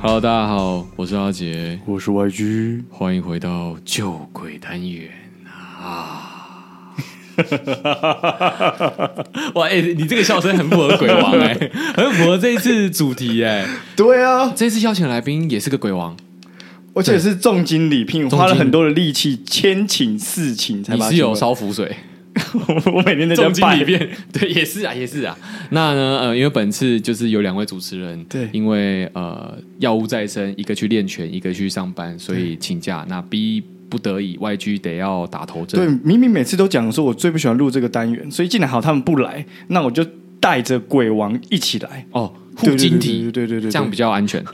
Hello，大家好，我是阿杰，我是 YG，欢迎回到旧鬼单元 啊！哇，哎、你这个笑声很符合鬼王 哎、很符合这一次主题哎、对啊，这次邀请的来宾也是个鬼王，而且是重金礼聘，金花了很多的力气，千请四请才你把它是有请回烧符水。来， 我每天在家重金拜里，面， 对，也是啊，也是啊。那呢，呃，因为本次就是有两位主持人，对因为呃药物在身，一个去练拳，一个去上班，所以请假。那 B 不得已，YG 得要打头对，阵。明明每次都讲说我最不喜欢录这个单元，所以既然好他们不来，那我就带着鬼王一起来，哦，互晶对体，对对对对对对，这样比较安全。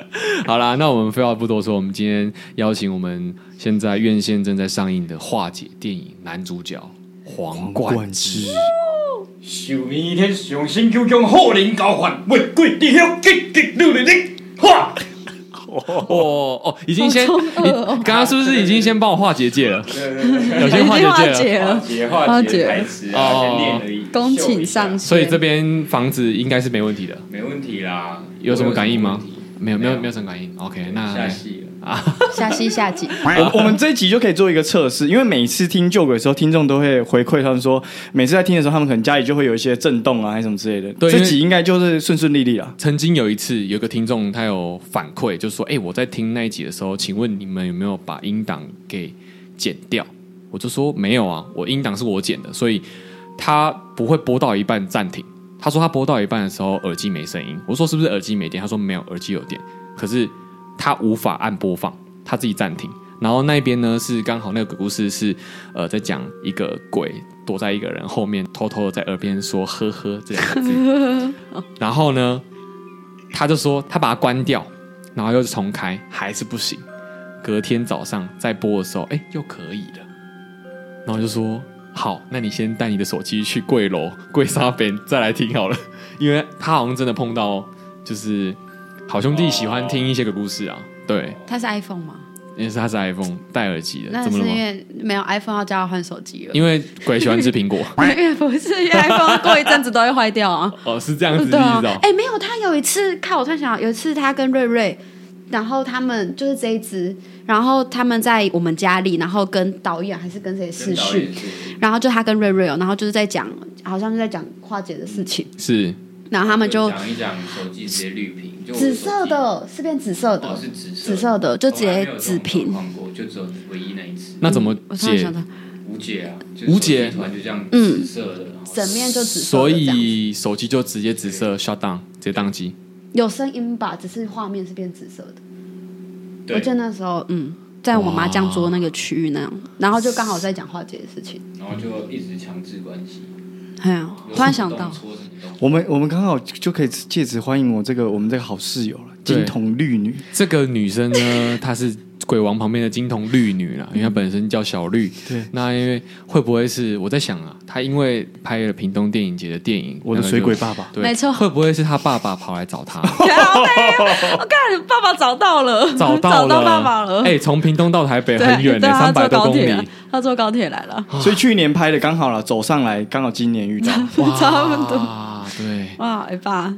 好啦，那我们废话不多说，我们今天邀请我们现在院线正在上映的《化解》电影男主角黄冠冠之。寿命一天上新九强，好人交换，为贵地乡积极努力力。哇！哦哦，已经先，好中你二哦刚刚是不是已经先帮我化结界了？有已先经化化结界了。解了，解化化解解台词啊，哦先练而已。恭请上秀一下线。所以这边房子应该是没问题的，没问题啦。有什么感应吗我有什么问题？没有，没有，没有有。什么感应。OK，那下戏了。下戏下集，我我们这一集就可以做一个测试，因为每次听旧鬼的时候，听众都会回馈他们说，每次在听的时候，他们可能家里就会有一些震动啊，还是什么之类的。对因这为集应该就是顺顺利利啊。曾经有一次，有个听众他有反馈，就说：“哎、我在听那一集的时候，请问你们有没有把音档给剪掉？”我就说：“没有啊，我音档是我剪的，所以他不会播到一半暂停。”他说他播到一半的时候耳机没声音，我说是不是耳机没电？他说没有，耳机有电，可是他无法按播放，他自己暂停。然后那边呢是刚好那个鬼故事是呃在讲一个鬼躲在一个人后面，偷偷的在耳边说“呵呵”这两个字，然后呢他就说他把它关掉，然后又重开，还是不行。隔天早上再播的时候，哎，又可以了。然后就说好，那你先带你的手机去柜楼、柜沙边再来听好了，因为他好像真的碰到，就是好兄弟喜欢听一些个故事啊，对，它是 iPhone 吗？因为是他是 iPhone 戴耳机的，那怎是么了因吗？为没有 iPhone 要叫他换手机了。因为鬼喜欢吃苹果 因为不是，因为 iPhone 过一阵子都会坏掉啊。 哦，是这样子嗯的对意啊思哦，。哎，没有，他有一次，看我突然想到，有一次他跟瑞瑞，然后他们就是这一支，然后他们在我们家里，然后跟导演还是跟谁视跟导讯演，是然后就他跟瑞瑞哦，然后就是在讲，好像是在讲化解的事情，是然后他们就哦讲一讲手机直接绿屏，就我紫色手的是变紫色机哦的，是紫色紫色的就直接紫屏从来没有这种状况过，就只有唯一那一次那怎么嗯我突然解想？到，无解啊，就无解手机突然就这样嗯紫色的，然后整面就紫色的所这样子以手机就直接紫色 shut down，直接宕机。有声音吧，只是画面是变紫色的。我对记得那时候，嗯，在我们麻将桌那个区域那样，然后就刚好在讲化解的事情。然后就一直强制关系。哎呀，啊有什么突然想到 动，戳什么动我们我们刚好就可以借此欢迎我这个我们这个好室友了，对金童绿女。这个女生 呢，她是鬼王旁边的金童绿女啦，因为她本身叫小绿。对，那因为会不会是我在想啊，她因为拍了屏东电影节的电影，我的那个就水鬼爸爸，对，没错会不会是她爸爸跑来找她， 啊我看爸爸找到了，找到了，爸爸了。哎，从屏东到台北对，很远对的，啊他三坐百多高公铁里来，，他坐高铁来了。所以去年拍的刚好了，走上来刚好今年遇到。哇， 差不啊对，哇，哎爸，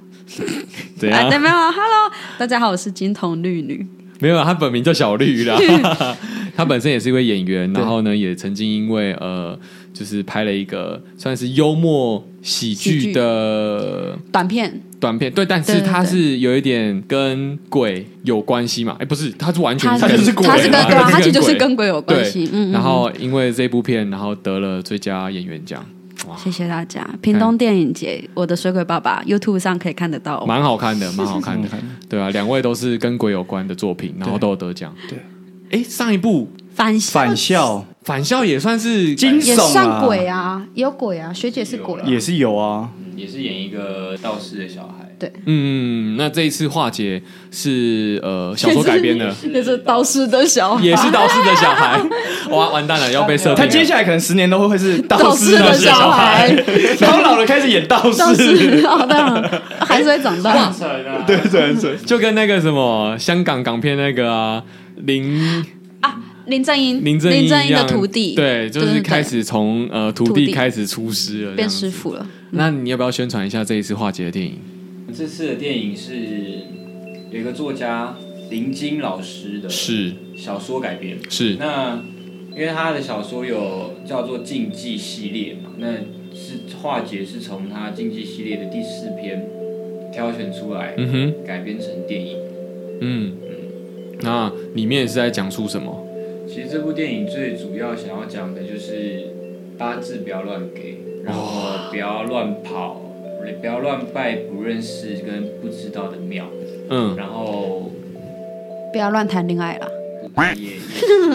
怎哎，样对，？没有，Hello，大家好，我是金童绿女。 没有，啊他本名叫小绿 啦。 他本身也是一位演员，然后呢，也曾经因为呃，就是拍了一个算是幽默喜剧的短片短片，对，但对是对对它是有一点跟鬼有关系嘛？哎，不是，它是完全他跟就是鬼他是跟嘛对啊，他其实就是鬼跟鬼有关系对。嗯，嗯然嗯后因为这部片，然后得了最佳演员奖，哇，谢谢大家，屏东电影节，我的水鬼爸爸 YouTube 上可以看得到哦。蛮好看的，蛮好看的蛮好看的，对啊，两位都是跟鬼有关的作品，然后都有得奖。对，哎，上一部反校返校《返校》也算是惊也悚算啊，鬼啊，也有鬼啊，学姐是鬼、啊，也是有啊。嗯也是演一个道士的小孩，嗯，那这一次化解是呃小说改编的，也是道士的小 孩，也是道士的小孩， 哇，完蛋了，要被设定他了。接下来可能十年都会会是啊道道士士的小小孩，他老了开始演道道士，士好的，还是会长大。 对对 对，就跟那个什么香港港片那个啊林林正英，林正林正英一英的样徒弟，对，就对是对对开始从呃徒徒弟弟开始出师了，变这样师子。傅了。那你要不要宣传一下这一次化解的电影？这次的电影是有一个作家，林金老师的是小说改编。是那因为他的小说有叫做《禁忌》系列嘛，那是化解是从他《禁忌》系列的第四篇挑选出来，嗯哼改编成电影。嗯，那里面是在讲述什么？其实这部电影最主要想要讲的就是八字不要乱给，然后不要乱跑，不要乱拜不认识跟不知道的庙，嗯，然后不要乱谈恋爱啦。也也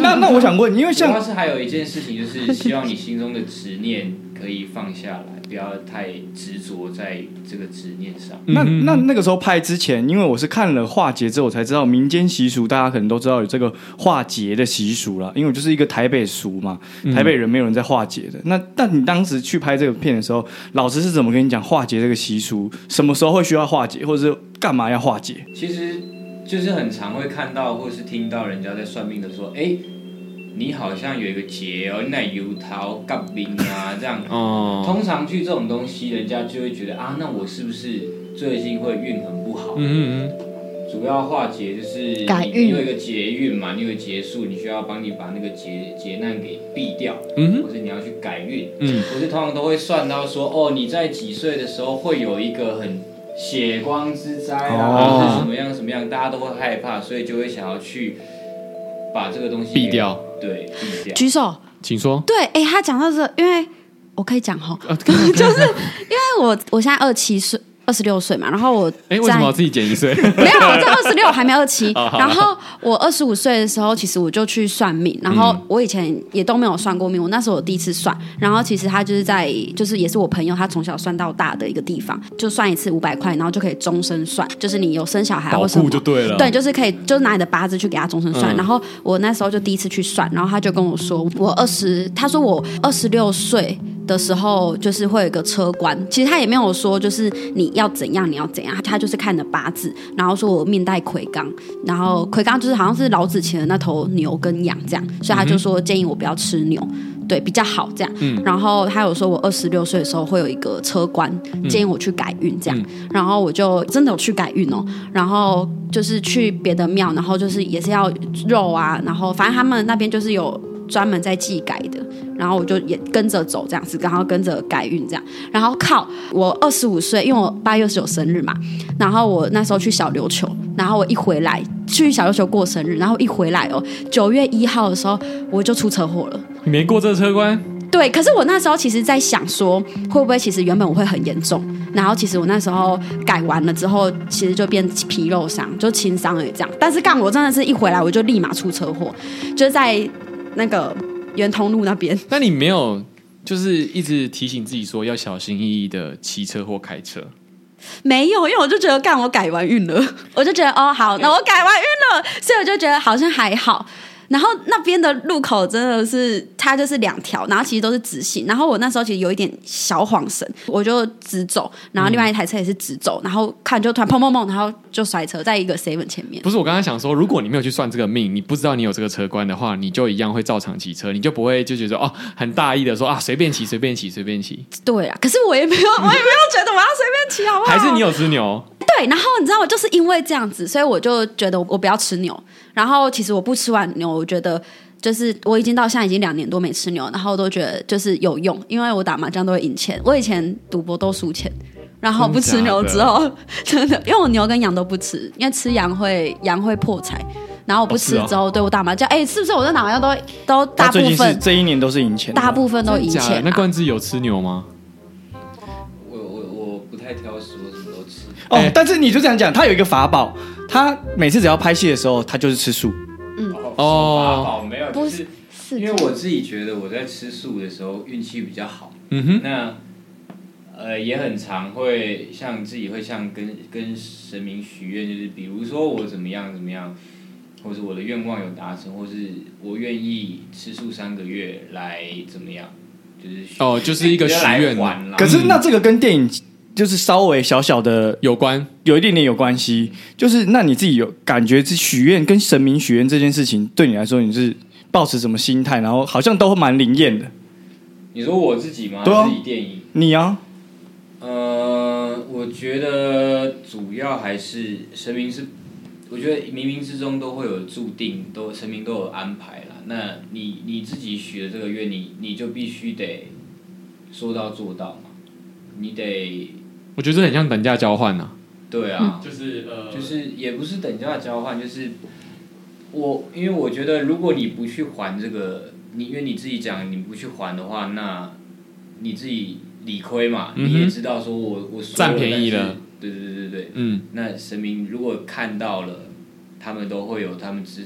那那我想问，因为主要像是还有一件事情，就是希望你心中的执念可以放下来，不要太执着在这个执念上。那嗯那那个时候拍之前，因为我是看了化节之后，我才知道民间习俗，大家可能都知道有这个化节的习俗啦。因为我就是一个台北俗嘛，台北人没有人在化节的。那但你当时去拍这个片的时候，老师是怎么跟你讲化节这个习俗？什么时候会需要化节，或者是干嘛要化节？其实就是很常会看到或是听到人家在算命的说，哎、你好像有一个劫哦，那油桃干冰啊这样。哦，通常去这种东西，人家就会觉得啊，那我是不是最近会运很不好？嗯嗯主要化解就是改你运你有一个劫运嘛，你有一个劫数，你需要帮你把那个劫劫难给避掉，嗯或者你要去改运，嗯或是通常都会算到说，哦，你在几岁的时候会有一个很血光之灾啊，哦或是什么样什么样，大家都会害怕，所以就会想要去把这个东西给避，掉，对，避掉。举手。请 说。对，哎、他讲到这，因为我可以讲哈，啊，可以可以就是因为我我现在二七岁，二十六岁嘛，然后我哎、为在什么我自己减一岁？ 没有，我在二 十六还没二七。哦好好然后我二十五岁的时候，其实我就去算命，然后嗯我以前也都没有算过命，我那时候我第一次算。然后其实他就是在，就是也是我朋友，他从小算到大的一个地方，就算一次五百块，然后就可以终身算，就是你有生小孩保或什护么。就对了。对，就是可以，就是拿你的八字去给他终身算。嗯然后我那时候就第一次去算，然后他就跟我说，我二十，他说我二十六岁的时候就是会有一个车关，其实他也没有说就是你要怎样，你要怎样，他就是看着八字，然后说我面带魁罡，然后魁罡就是好像是老子前的那头牛跟羊这样，所以他就说建议我不要吃牛。对，比较好这样。然后他有说，我二十六岁的时候会有一个车关，建议我去改运这样。然后我就真的有去改运哦，然后就是去别的庙，然后就是也是要肉啊，然后反正他们那边就是有专门在祭改的，然后我就也跟着走这样子，然后跟着改运这样，然后靠我二十五岁，因为我八月二十九生日嘛，然后我那时候去小琉球，然后我一回来去小琉球过生日，然后一回来哦，九月一号的时候我就出车祸了。 你没过这个车关，对，可是我那时候其实在想说，会不会其实原本我会很严重，然后其实我那时候改完了之后，其实就变皮肉伤，就轻伤而已这样。但是干我真的是一回来我就立马出车祸，就是在那个圆通路那边。那你没有就是一直提醒自己说要小心翼翼的骑车或开车。没有，因为我就觉得干我改完运了， 我就觉得哦好，那我改完运了，所以我就觉得好像还好。然后那边的路口真的是，它就是两条，然后其实都是直行。然后我那时候其实有一点小晃神，我就直走，然后另外一台车也是直走，然后看就突然砰砰砰，然后就摔车在一个 seven 前面。不是我刚刚想说，如果你没有去算这个命，你不知道你有这个车关的话，你就一样会照常骑车，你就不会就觉得哦很大意的说啊随便骑随便骑随便骑，对啊，可是我也没有，我也没有觉得我要随便骑，好不好？还是你有吃牛？对，然后你知道，我就是因为这样子，所以我就觉得我我不要吃牛。然后其实我不吃完牛，我觉得就是我已经到现在已经两年多没吃牛，然后都觉得就是有用，因为我打麻将都会赢钱，我以前赌博都输钱。然后不吃牛之后， 真的，因为我牛跟羊都不吃，因为吃羊会羊会破财。然后我不吃哦是哦之后，对我打麻将，哎，是不是我在打麻将都都大他最部近是分这一年都是赢钱的，大部分都赢真的假的钱、那啊？冠之有吃牛吗？我我我不太挑食，我什么都吃。哦。哎但是你就这样讲，他有一个法宝，他每次只要拍戏的时候，他就是吃素。哦法宝没有，不就是是是因为我自己觉得我在吃素的时候运气比较好，嗯哼，那呃也很常会像自己会像跟跟神明许愿，就是比如说我怎么样怎么样，或者我的愿望有达成，或是我愿意吃素三个月来怎么样，就是许哦，就是一个许愿来玩啦可是那这个跟电影就是稍微小小的有关，有一点点有关系，就是那你自己有感觉，是许愿跟神明许愿这件事情，对你来说你是抱持什么心态？然后好像都蛮灵验的。你说我自己吗？对啊自己电影。你啊，呃，我觉得主要还是神明是我觉得冥冥之中都会有注定，都神明都有安排啦。那你你自己许的这个愿，你你就必须得说到做到嘛，你得我觉得这很像等价交换呐、对啊，就是呃，就是也不是等价交换，就是我因为我觉得如果你不去还这个，你因为你自己讲你不去还的话，那你自己理亏嘛，嗯哼你也知道说我我输占便宜但是了对对对对对。嗯，那神明如果看到了，他们都会有他们之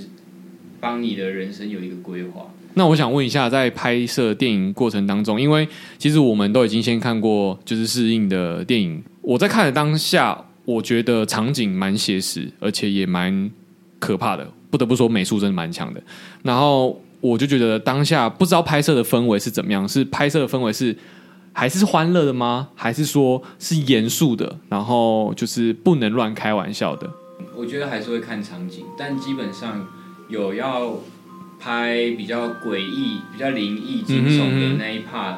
帮你的人生有一个规划。那我想问一下，在拍摄电影过程当中，因为其实我们都已经先看过就是适应的电影，我在看的当下，我觉得场景蛮写实，而且也蛮可怕的，不得不说美术真的蛮强的。然后我就觉得当下不知道拍摄的氛围是怎么样，是拍摄的氛围是。还是欢乐的吗？还是说是严肃的？然后就是不能乱开玩笑的。我觉得还是会看场景，但基本上有要拍比较诡异、比较灵异、惊嗯悚哼嗯的哼那一 part，、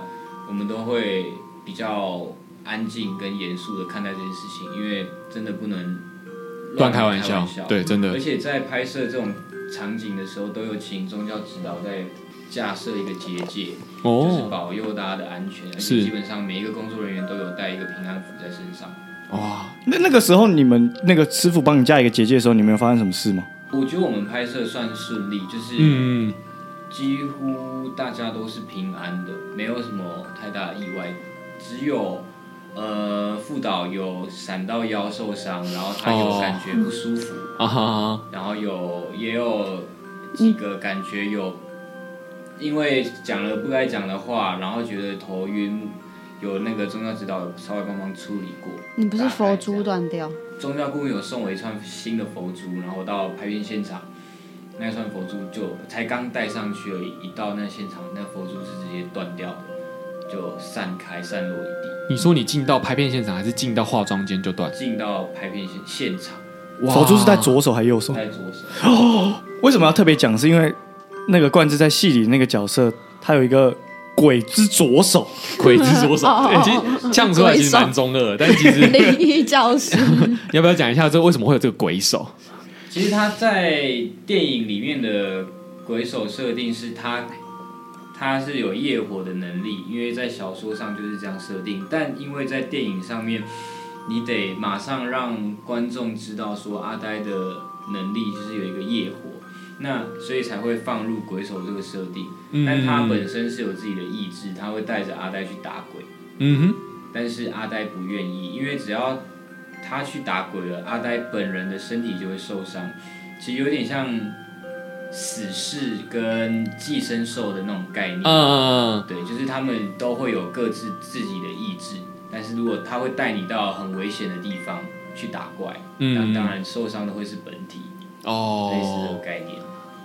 我们都会比较安静跟严肃的看待这件事情，因为真的不能乱开玩玩笑，对，真的而，且在拍摄这种场景的时候，都有请宗教指导在架设一个结界。就是哦，保佑大家的安全，而且是基本上每一个工作人员都有带一个平安符在身上。哇，那那个时候，你们那个师傅帮你加一个结界的时候，你们有发生什么事吗？我觉得我们拍摄算顺利，就是嗯，几乎大家都是平安的，没有什么太大的意外，只有呃副导有闪到腰受伤，然后他有哦感觉不舒服，啊哈，然后有也有几个感觉有，因为讲了不该讲的话，然后觉得头晕，有那个宗教指导有稍微帮忙处理过。你不是佛珠断掉？宗教顾问有送我一串新的佛珠，然后到拍片现场，那串佛珠就才刚戴上去而已，一到那现场，那佛珠是直接断掉的，就散开散落一地，你说你进到拍片现场，还是进到化妆间就断？进到拍片现现场，哇佛珠是在左手还是右手？在左手，为什么要特别讲？是因为那个冠之在戏里那个角色，他有一个鬼之左手， 鬼子左手，哦对其实呛出来其实蛮中二的，但其 实 灵异教师，要不要讲一下这为什么会有这个鬼手？其实他在电影里面的鬼手设定是他，他是有业火的能力，因为在小说上就是这样设定，但因为在电影上面，你得马上让观众知道说阿呆的能力就是有一个业火，那所以才会放入鬼手这个设定，但他本身是有自己的意志，他会带着阿呆去打鬼。嗯但是阿呆不愿意，因为只要他去打鬼了，阿呆本人的身体就会受伤，其实有点像死侍跟寄生兽的那种概念。哼，嗯，对，就是他们都会有各自自己的意志，但是如果他会带你到很危险的地方去打怪，嗯那当然受伤的会是本体，类似这个哦，概念。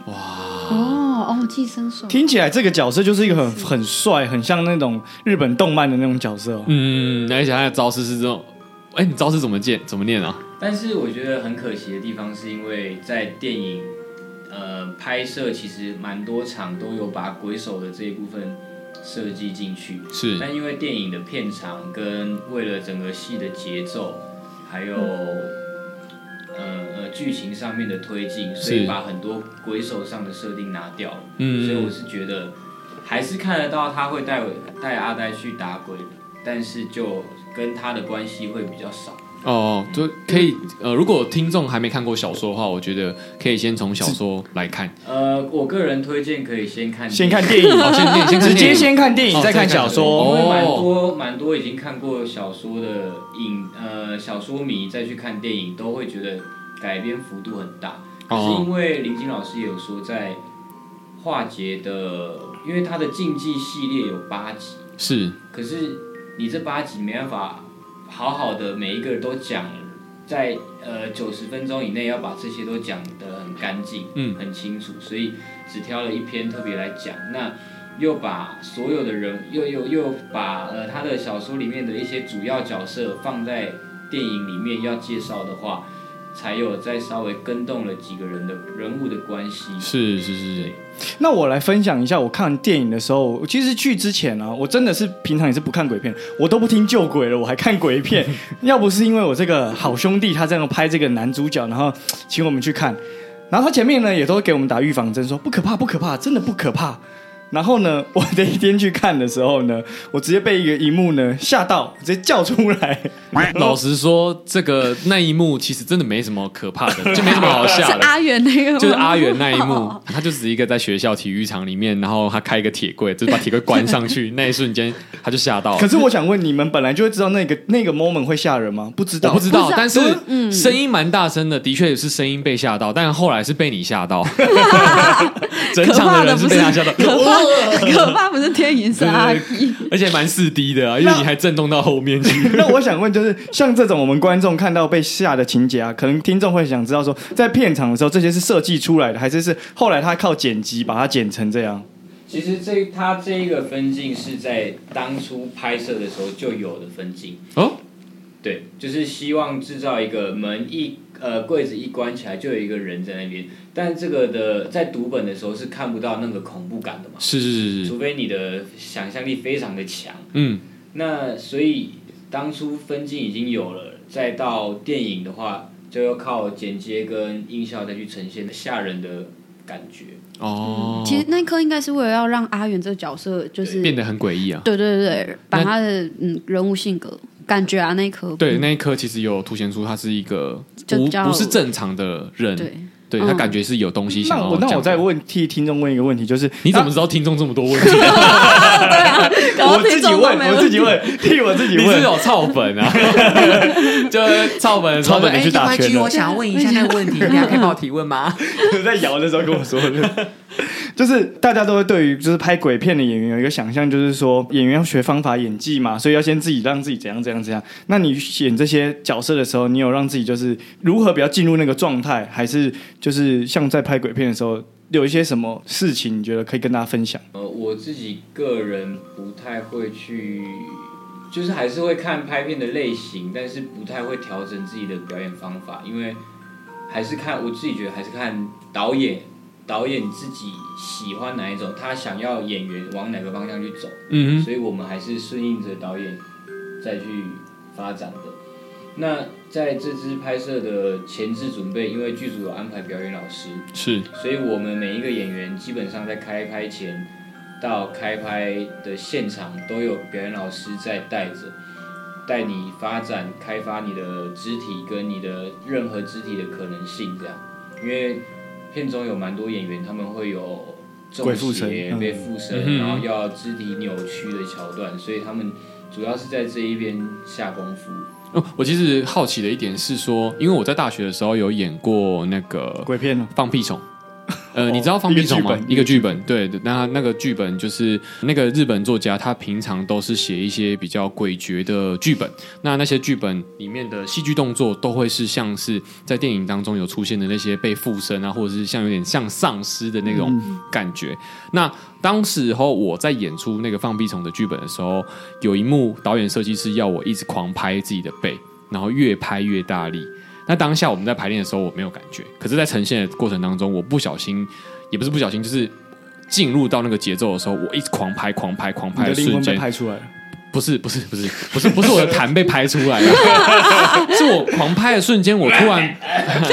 哦哦，寄生兽，听起来这个角色就是一个很很帅，很像那种日本动漫的那种角色、哦。嗯，而且他的招式是这种，哎，你招式怎么念？怎么念啊？但是我觉得很可惜的地方，是因为在电影呃拍摄，其实蛮多场都有把鬼手的这一部分设计进去，哎是但因为电影的片长跟为了整个戏的节奏，还有呃呃剧情上面的推进，所以是把很多鬼手上的设定拿掉了。嗯所以我是觉得还是看得到他会带我带阿呆去打鬼，但是就跟他的关系会比较少。哦，就可以呃，如果听众还没看过小说的话，我觉得可以先从小说来 看，呃，我个人推荐可以先看，先看电影，哦，先念，先看直接电影 先看电影，哦再看小哦说。因为蛮多蛮多已经看过小说的影呃小说迷再去看电影，都会觉得改编幅度很大。可是哦因为林金老师也有说，在化解的，因为他的竞技系列有八集，是可是你这八集没办法好好的每一个都讲，在呃九十分钟以内要把这些都讲得很干净，嗯很清楚，所以只挑了一篇特别来讲。那又把所有的人，又又又把呃他的小说里面的一些主要角色放在电影里面要介绍的话，才有再稍微跟动了几个人的人物的关系。是是是是，那我来分享一下，我看电影的时候，其实去之前啊，我真的是平常也是不看鬼片，我都不听旧鬼了，我还看鬼 片。要不是因为我这个好兄弟他这样拍这个男主角，然后请我们去看，然后他前面呢也都给我们打预防针，说不可怕，不可怕，真的不可怕。然后呢，我那一天去看的时候呢，我直接被一个一幕呢吓到，直接叫出来。 老实说，这个那一幕其实真的没什么可怕的，就没 什么好是吓的。阿元那个吗，就是阿元那一幕哦，他就只是一个在学校体育场里面，然后他开一个铁柜，就是把铁柜关上 去，那一瞬间他就吓到了可。是我想问，你们本来就会知道那个那个 moment 会吓人吗？不知我道，不知道，不但是是啊嗯声音蛮大声的，的确是声音被吓到，但后来是被你吓 到，整可场怕的人不是是被他吓到，哦可怕可怕不是天影是阿对一，而且蛮四 D 的啊，因为那你还震动到后面去。 那我想问，就是像这种我们观众看到被吓的情节啊，可能听众会想知道说，在片场的时候这些是设计出来的，还是是后来他靠剪辑把它剪成这样？其实这它这一个分镜是在当初拍摄的时候就有的分镜，哦，对，就是希望制造一个门一呃柜子一关起来就有一个人在那边，但这个的在读本的时候是看不到那个恐怖感的嘛，是是是是，除非你的想象力非常的强。嗯，那所以当初分镜已经有了，再到电影的话，就要靠剪接跟音效再去呈现吓人的感觉。哦，其实那一刻应该是为了要让阿元这个角色就是变得很诡异啊。对对对，把那他的嗯人物性格感觉啊那一刻对，那一刻其实有凸显出他是一个就不比较不是正常的人，对对他嗯感觉是有东西想那要我那我哦讲再问替听众问一个问题，就是你怎么啊知道听众这么多问题？然后我自听己众都问，没有我自己问，替我自己你是问。有操粉 啊？就是操粉的时候操粉就你去打拳了 YG，我想问一下那个问题，你还可以帮我提问吗？ 在摇的时候跟我说的， 就是大家都会对于就是拍鬼片的演员有一个想象，就是说演员要学方法演技嘛，所以要先自己让自己怎样怎样怎样。那你演这些角色的时候，你有让自己就是如何比较进入那个状态，还是就是像在拍鬼片的时候？有一些什么事情你觉得可以跟大家分享？ 呃，我自己个人不太会去，就是还是会看拍片的类型，但是不太会调整自己的表演方法，因为还是看我自己觉得还是看导演导演自己喜欢哪一种，他想要演员往哪个方向去走，嗯所以我们还是顺应着导演再去发展的。那在这支拍摄的前置准备，因为剧组有安排表演老师，哼，嗯是所以我们每一个演员基本上在开拍前到开拍的现场都有表演老师在带着，带你发展、开发你的肢体跟你的任何肢体的可能性，这样。因为片中有蛮多演员他们会有中鬼附身邪、嗯被附身，嗯然后要肢体扭曲的桥段，所以他们主要是在这一边下功夫。哦。我其实好奇的一点是说，因为我在大学的时候有演过那个鬼片呢？放屁 虫。呃，哦你知道放屁虫吗？一一个个剧本，对，那那个剧本就是那个日本作家，他平常都是写一些比较诡谲的剧本。那那些剧本里面的戏剧动作都会是像是在电影当中有出现的那些被附身啊，或者是像有点像丧尸的那种感觉。那当时候我在演出那个放屁虫的剧本的时候，有一幕导演设计师要我一直狂拍自己的背，然后越拍越大力。那当下我们在排练的时候我没有感觉，可是，在呈现的过程当中，我不小心，也不是不小心，就是进入到那个节奏的时候，我一直狂拍、狂拍、狂你拍的的灵瞬魂被间，拍出来了，不是不是不是不是不是我的痰被拍出来了， 是我狂拍的瞬间，我突然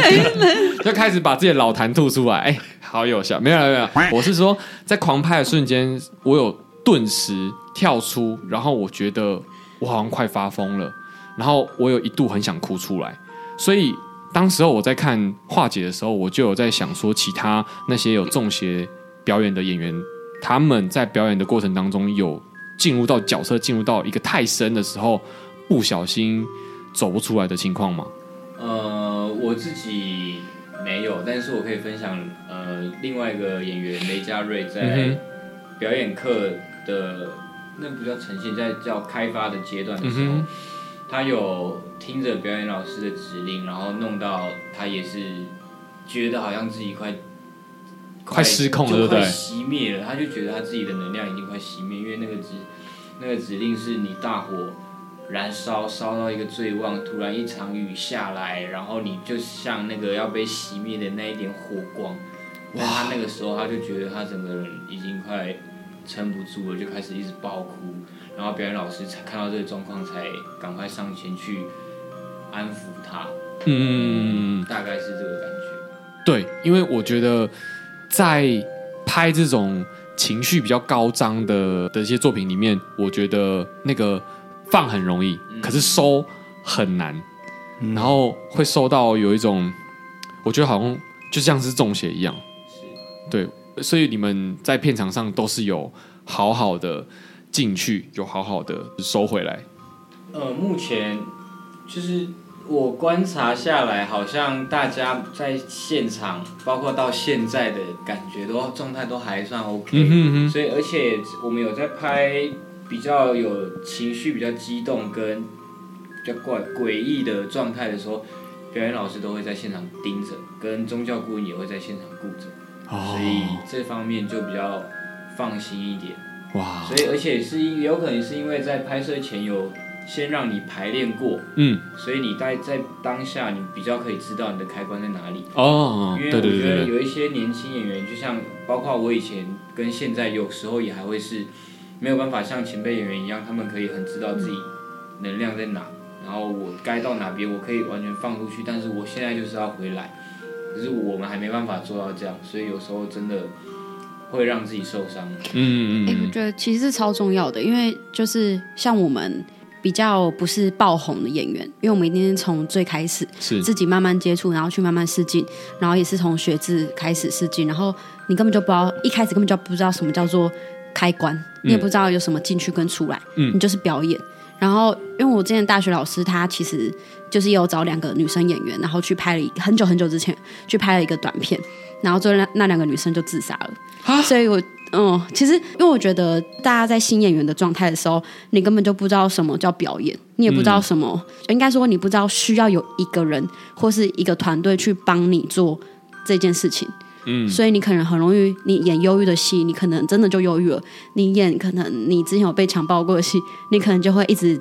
就开始把自己的老痰吐出来，哎、好有效，没有没有，没有，我是说在狂拍的瞬间，我有顿时跳出，然后我觉得我好像快发疯了，然后我有一度很想哭出来，所以。当时候我在看化解的时候，我就有在想说，其他那些有中邪表演的演员，他们在表演的过程当中有进入到角色进入到一个太深的时候，不小心走不出来的情况嘛。呃，我自己没有，但是我可以分享呃，另外一个演员雷佳瑞嗯哼在表演课的、那不叫呈现，在叫开发的阶段的时候，嗯他有听着表演老师的指令，然后弄到他也是觉得好像自己快。快失控了就对不对快熄灭了，他就觉得他自己的能量已经快熄灭，因为那个指那个指令是你大火燃烧，烧到一个最旺，突然一场雨下来，然后你就像那个要被熄灭的那一点火光。但他那个时候，他就觉得他整个人已经快撑不住了，就开始一直爆哭。然后表演老师才看到这个状况，才赶快上前去安抚他，嗯，大概是这个感觉。对，因为我觉得在拍这种情绪比较高涨的的一些作品里面，我觉得那个放很容易，可是收很难，然后会收到有一种，我觉得好像就像是中邪一样，对，所以你们在片场上都是有好好的进去，有好好的收回来，呃，目前就是我观察下来，好像大家在现场，包括到现在的感觉都状态都还算 OK。嗯哼哼，所以而且我们有在拍比较有情绪、比较激动跟比较怪诡异的状态的时候，表演老师都会在现场盯着，跟宗教顾问也会在现场顾着，所以哦，这方面就比较放心一点。哇，所以而且是因有可能是因为在拍摄前有先让你排练过，嗯，所以你在在当下你比较可以知道你的开关在哪里。哦，因为对我对对觉对得对，有一些年轻演员，就像包括我以前跟现在，有时候也还会是没有办法像前辈演员一样，他们可以很知道自己能量在哪，然后我该到哪边，我可以完全放出去，但是我现在就是要回来，可是我们还没办法做到这样，所以有时候真的会让自己受伤。嗯嗯哎、我嗯觉得其实是超重要的，因为就是像我们比较不是爆红的演员，因为我们一定是从最开始嗯，是自己慢慢接触，然后去慢慢试镜，然后也是从学制开始试镜，然后你根本就不知道，一开始根本就不知道什么叫做开关，你也不知道有什么进去跟出来，嗯你就是表演。然后，因为我之前的大学老师他其实就是有找两个女生演员，然后去拍了一很久很久之前去拍了一个短片，然后最后那那两个女生就自杀了。啊所以我嗯，其实因为我觉得大家在新演员的状态的时候，你根本就不知道什么叫表演，你也不知道什么，应该说你不知道需要有一个人或是一个团队去帮你做这件事情。嗯，所以你可能很容易，你演忧郁的戏，你可能真的就忧郁了；你演可能你之前有被强暴过的戏，你可能就会一直，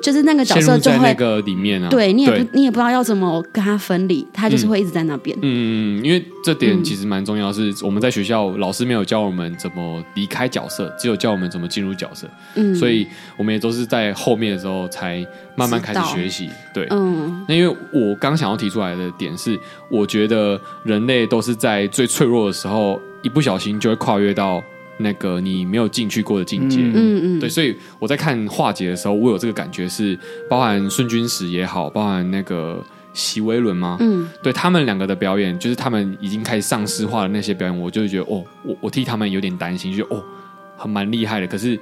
就是那个角陷入色就在那会，个里面啊，嗯对你也不你也不知道要怎么跟他分离，他就是会一直在那边。嗯，因为这点嗯其实蛮重要，是我们在学校老师没有教我们怎么离开角色，只有教我们怎么进入角色，嗯，所以我们也都是在后面的时候才慢慢开始知道学习。对，嗯，那因为我刚想要提出来的点是，我觉得人类都是在最脆弱的时候，一不小心就会跨越到那个你没有进去过的境界。嗯嗯嗯，对，所以我在看化解的时候，我有这个感觉是，包含顺君史也好，包含那个席维伦吗？嗯，对他们两个的表演，就是他们已经开始丧尸化的那些表演，我就会觉得哦，我我替他们有点担心，就觉得哦，很蛮厉害的。可是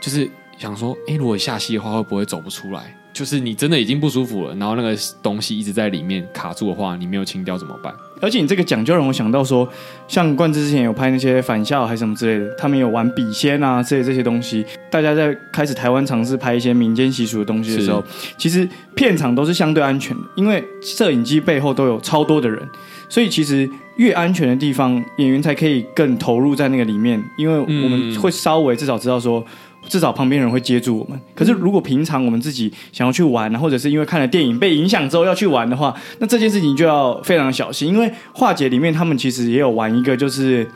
就是想说，哎，如果下戏的话，会不会走不出来？就是你真的已经不舒服了，然后那个东西一直在里面卡住的话，你没有清掉怎么办？而且你这个讲就让我想到说，像冠之之前有拍那些返校还是什么之类的，他们有玩笔仙啊之类这些东西。大家在开始台湾尝试拍一些民间习俗的东西的时候，其实片场都是相对安全的，因为摄影机背后都有超多的人，所以其实越安全的地方，演员才可以更投入在那个里面，因为我们嗯会稍微至少知道说。至少旁边人会接住我们。可是如果平常我们自己想要去玩，啊或者是因为看了电影被影响之后要去玩的话，那这件事情就要非常小心，因为化解里面他们其实也有玩一个，就是嘖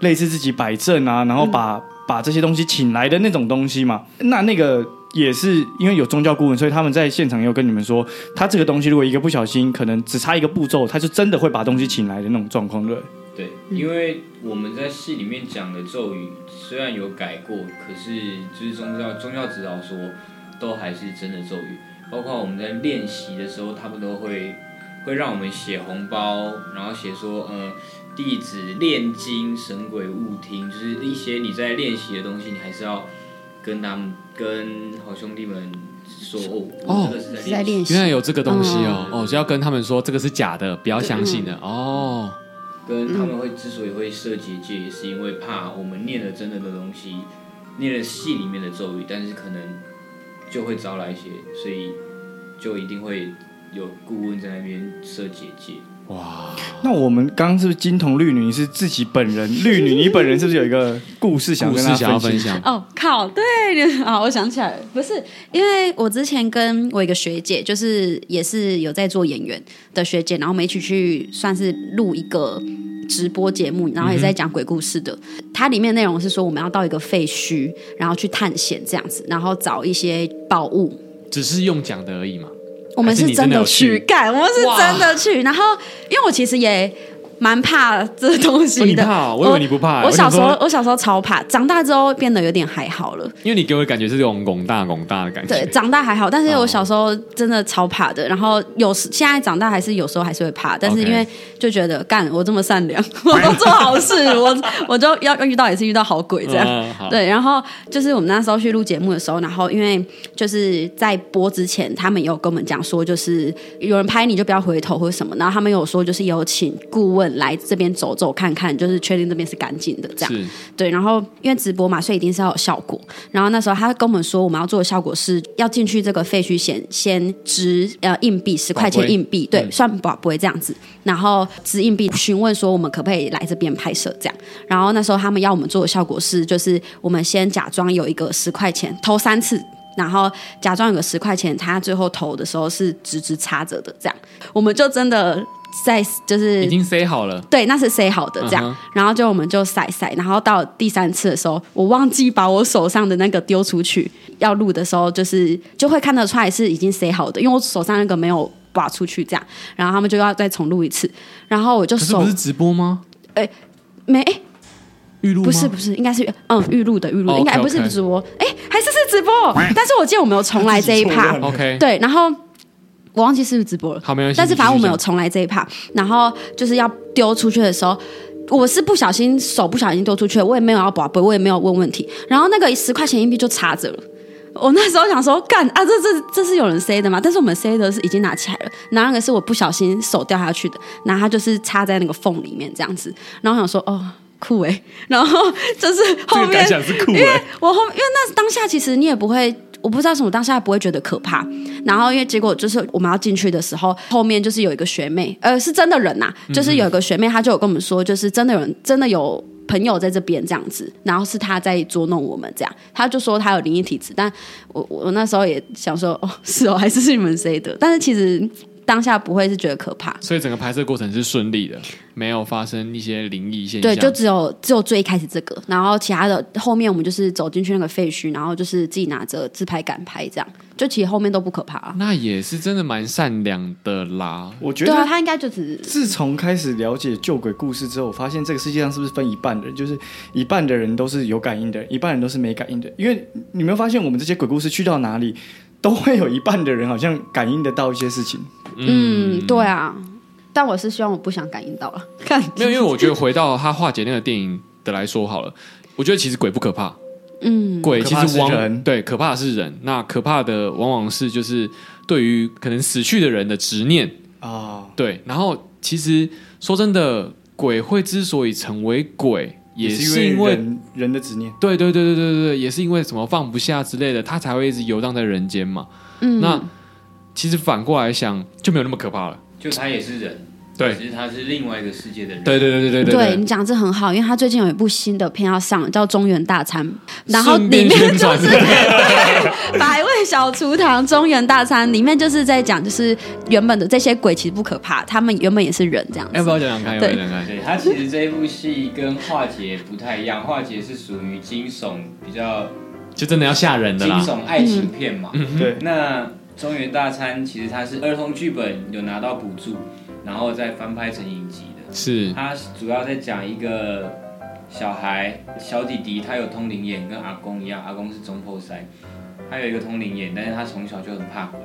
类似自己摆阵啊，然后把、把这些东西请来的那种东西嘛。那那个也是因为有宗教顾问，所以他们在现场也有跟你们说，他这个东西如果一个不小心，可能只差一个步骤，他就真的会把东西请来的那种状况，对不对。对，因为我们在戏里面讲的咒语虽然有改过，可是就是宗教宗教指导说，都还是真的咒语。包括我们在练习的时候，他们都会会让我们写红包，然后写说呃弟子念经，神鬼勿听，就是一些你在练习的东西，你还是要跟他们跟好兄弟们说哦，我这个是是在在练练习，习原来有这个东西哦，嗯哦，就要跟他们说这个是假嗯的，不要相信的哦。跟他嗯们会之所以会设结界，也是因为怕我们念了真的的东西，念了戏里面的咒语，但是可能就会招来一些，所以就一定会有顾问在那边设结界。那我们刚刚是不是金童绿女？你是自己本人绿女，你本人是不是有一个故事想故跟事大想要家分分享？享，哦，靠，对， 啊，我想起来了，不是，因为我之前跟我一个学姐，就是也是有在做演员的学姐，然后我们一起去算是录一个直播节目，然后也在讲鬼故事的。它里面内容是说我们要到一个废墟，然后去探险这样子，然后找一些宝物，只是用讲的而已嘛。我们是真的还是去你真的有去干，我们是真的去。然后，因为我其实也蛮怕这东哦西你的，怕哦我以为你不怕我小时我候想，我小时候超怕，长大之后变得有点还好了。因为你给我的感觉是这种拱大拱大的感觉，对，长大还好，但是哦我小时候真的超怕的。然后有时现在长大还是有时候还是会怕，但是 OK 因为就觉得干我这么善良， 我都做好事，我我就要遇到也是遇到好鬼这样。嗯好对，然后就是我们那时候去录节目的时候，然后因为就是在播之前，他们有跟我们讲说，就是有人拍你就不要回头或者什么，然后他们有说就是有请顾问来这边走走看看，就是确定这边是干净的这样。是对，然后因为直播嘛，所以一定是要有效果。然后那时候他跟我们说，我们要做的效果是要进去这个废墟先先掷呃硬币十块宝钱贝硬币，对，嗯算宝贝这样子，然后掷硬币询问说我们可不可以来这边拍摄这样。然后那时候他们要我们做的效果是，就是我们先假装有一个十块钱投三次。然后假装有个十块钱，他最后投的时候是直直插着的，这样我们就真的在就是已经 say 好了，对，那是 say 好的这样。嗯哼然后就我们就晒晒，然后到第三次的时候，我忘记把我手上的那个丢出去，要录的时候就是就会看得出来是已经 say 好的，因为我手上那个没有拔出去这样。然后他们就要再重录一次，然后我就可是手不是直播吗？没哎预录吗不是不是，应该是嗯预录的预录的，哦应该 OK，不是 OK 直播，哎还是是直播，但是我记得我没有重 来这一趴， OK，对，然后我忘记是不是直播了。好没关系。但是反正我们有你继续重来这一趴，然后就是要丢出去的时候。我是不小心手不小心丢出去，我也没有要宝贝，我也没有问问题，然后那个十块钱硬币就插着了。我那时候想说，干啊，这这这是有人塞的吗？但是我们塞的是已经拿起来了，然后那个是我不小心手掉下去的，然后它就是插在那个缝里面这样子，然后我想说，哦，酷诶、然后就是这后个面感想是酷因为哎，我后因为那当下其实你也不会。我不知道为什么，当下不会觉得可怕。然后因为结果就是我们要进去的时候，后面就是有一个学妹，呃，是真的人呐、就是有一个学妹，她就有跟我们说，就是真的有人，真的有朋友在这边这样子，然后是她在捉弄我们这样。她就说她有灵异体质，但我我我那时候也想说，哦，是哦，还是是你们谁的？但是其实当下不会是觉得可怕，所以整个拍摄过程是顺利的，没有发生一些灵异现象。对，就只有只有最一开始这个，然后其他的后面我们就是走进去那个废墟，然后就是自己拿着自拍杆拍，这样就其实后面都不可怕、啊。那也是真的蛮善良的啦。我觉对啊，得。他应该就只自从开始了解旧鬼故事之后，我发现这个世界上是不是分一半的人，就是一半的人都是有感应的人，一半人都是没感应的。因为你有没有发现，我们这些鬼故事去到哪里，都会有一半的人好像感应得到一些事情。嗯，对啊。但我是希望我不想感应到了，看没有，因为我觉得回到他化解那个电影的来说好了，我觉得其实鬼不可怕，嗯，鬼可其怕实是往人对可怕的是人，那可怕的往往是就是对于可能死去的人的执念，啊，对。然后其实说真的，鬼会之所以成为鬼，也是是因为人人的执念。对对对对对对对，也是因为什么放不下之类的，他才会一直游荡在人间嘛。嗯，那其实反过来想，就没有那么可怕了。就他也是人，对只是他是另外一个世界的人。对对对对对对你讲得这很好，因为他最近有一部新的片要上，叫《中原大餐》，然后顺里便面宣就传是 百味小厨堂、中原大餐，里面就是在讲，就是原本的这些鬼其实不可怕，他们原本也是人这样子。 要不要讲讲看？要不要对讲讲看？对他其实这一部戏跟化解不太一样，化解是属于惊悚比较就真的要吓人的惊啦。悚爱情片嘛。嗯对，那《中原大餐》其实它是儿童剧本有拿到补助，然后再翻拍成影集的。是它主要在讲一个小孩小弟弟，他有通灵眼，跟阿公一样，阿公是中破塞，他有一个通灵眼，但是他从小就很怕鬼。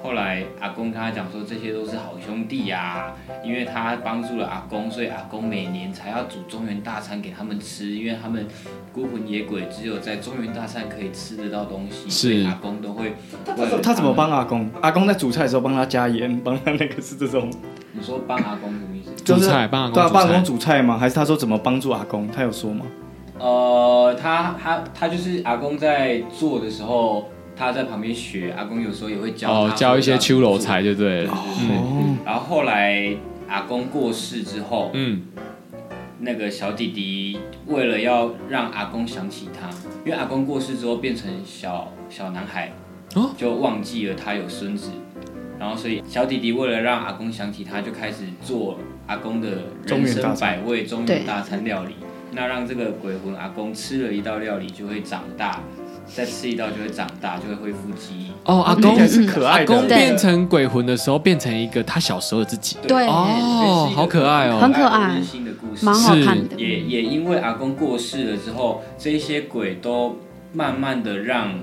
后来阿公跟他讲说，这些都是好兄弟呀、因为他帮助了阿公，所以阿公每年才要煮中原大餐给他们吃，因为他们孤魂野鬼只有在中原大餐可以吃得到东西，是所以阿公都会为了他怎么们帮阿公？阿公在煮菜的时候帮他加盐，帮他那个是这种，你说帮阿公什么意思？煮就是菜帮阿公对啊，煮帮阿菜公煮菜吗？还是他说怎么帮助阿公？他有说吗？呃，他他他就是阿公在做的时候，他在旁边学，阿公有时候也会教他哦哦，教一些秋楼菜。菜就对对对了。对对然后后来阿公过世之后，嗯，那个小弟弟为了要让阿公想起他，因为阿公过世之后变成小小男孩，哦就忘记了他有孙子，然后所以小弟弟为了让阿公想起他，就开始做阿公的中人原大餐生百味中对原大餐料理。嗯那让这个鬼魂阿公吃了一道料理就会长大，再吃一道就会长大，就会恢复记忆。哦，阿听公起来是可爱阿的公对变成鬼魂的时候，变成一个他小时候的自己。对哦这是一个好可爱哦很可爱温馨的故事，蛮好看的。也也因为阿公过世了之后，这些鬼都慢慢的让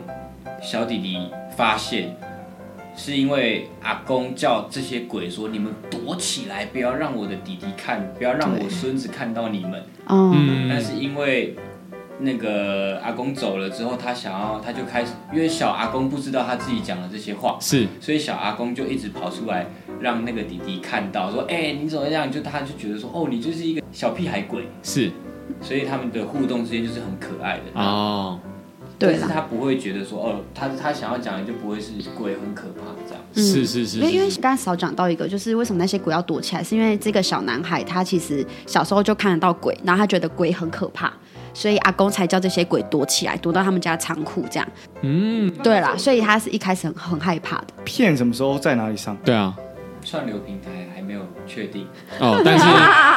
小弟弟发现，是因为阿公叫这些鬼说：“你们躲起来，不要让我的弟弟看，不要让对我孙子看到你们。嗯，嗯但，是因为那个阿公走了之后，他想要，他就开始，因为小阿公不知道他自己讲了这些话，是所以小阿公就一直跑出来，让那个弟弟看到，说：“哎、你怎么这样？”就他就觉得说：“哦，你就是一个小屁孩鬼。是”所以他们的互动之间就是很可爱的。哦，对但是啦，他不会觉得说：“哦，他他想要讲的就不会是鬼很可怕这样。嗯是是是因为因为是，刚才少讲到一个，就是为什么那些鬼要躲起来，是因为这个小男孩他其实小时候就看得到鬼，然后他觉得鬼很可怕，所以阿公才叫这些鬼躲起来，躲到他们家仓库这样。嗯，对啦，所以他是一开始很很害怕的。片什么时候在哪里上？对啊，”串流平台还没有确定， 哦，但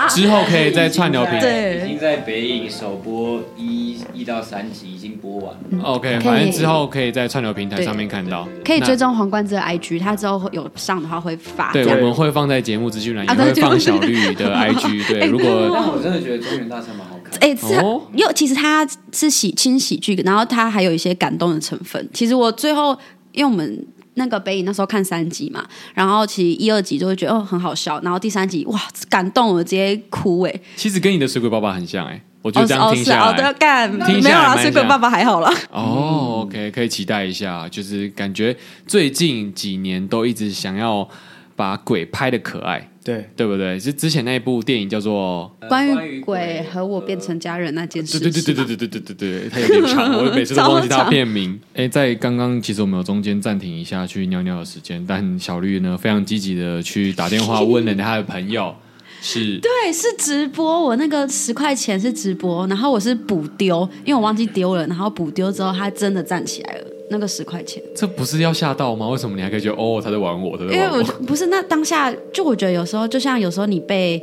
是之后可 以再串流平已经台。在已经在北影首播一一到三集已经播完了。 OK，反正之后可以在串流平台上面看到，可以那追。踪皇冠这个 IG，他之后会有上的话会发。对，这我样们会放在节目资讯栏，也啊对会放小节目资 绿讯的 IG。对，如果但 我真的觉得中原大餐蛮好看的。哎、是哦因为其实它是喜轻喜剧，然后它还有一些感动的成分。其实我最后，因为我们那个北影那时候看三集嘛，然后其实一二集就会觉得哦很好笑，然后第三集哇感动我直接哭哎、其实跟你的水鬼爸爸很像哎，我就哦这是样哦听是下哦对来。干听下来没有啦，蛮水鬼像爸爸还好啦。哦，OK，可以期待一下，就是感觉最近几年都一直想要把鬼拍的可爱，对，对不对？是之前那一部电影叫做关关于于鬼鬼和我变成家人那件事呃对情嘛，对对对对对对对对对，它有点长，我每次都忘记它片名。哎，在刚刚其实我们有中间暂停一下去尿尿的时间，但小绿呢非常积极的去打电话问了他的朋友， 是对，是直播。我那个十块钱是直播，然后我是补丢，因为我忘记丢了，然后补丢之后，他真的站起来了，那个十块钱。这不是要吓到吗？为什么你还可以觉得哦他在玩我，他在因为玩 我我？就不是那当下，就我觉得有时候，就像有时候你被，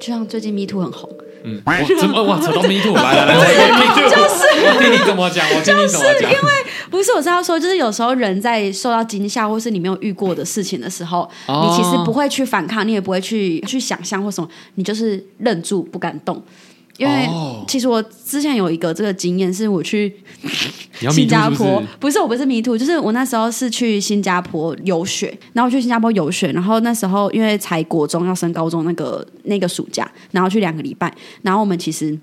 就像最近 Me Too 很红，嗯，我怎么哇扯到 me too 来来来来，me too，我 听你怎么讲，我听你怎么讲，不是我是要说，就是有时候人在受到惊吓或是你没有遇过的事情的时候，哦你其实不会去反抗，你也不会去去想象或什么，你就是愣住不敢动。因为哦其实我之前有一个这个经验，是我去你要 me 新加 too 是不坡是？不是我不是迷途，就是我那时候是去新加坡游学，然后我去新加坡游学，然后那时候因为才国中要升高中那个那个暑假，然后去两个礼拜，然后我们其实。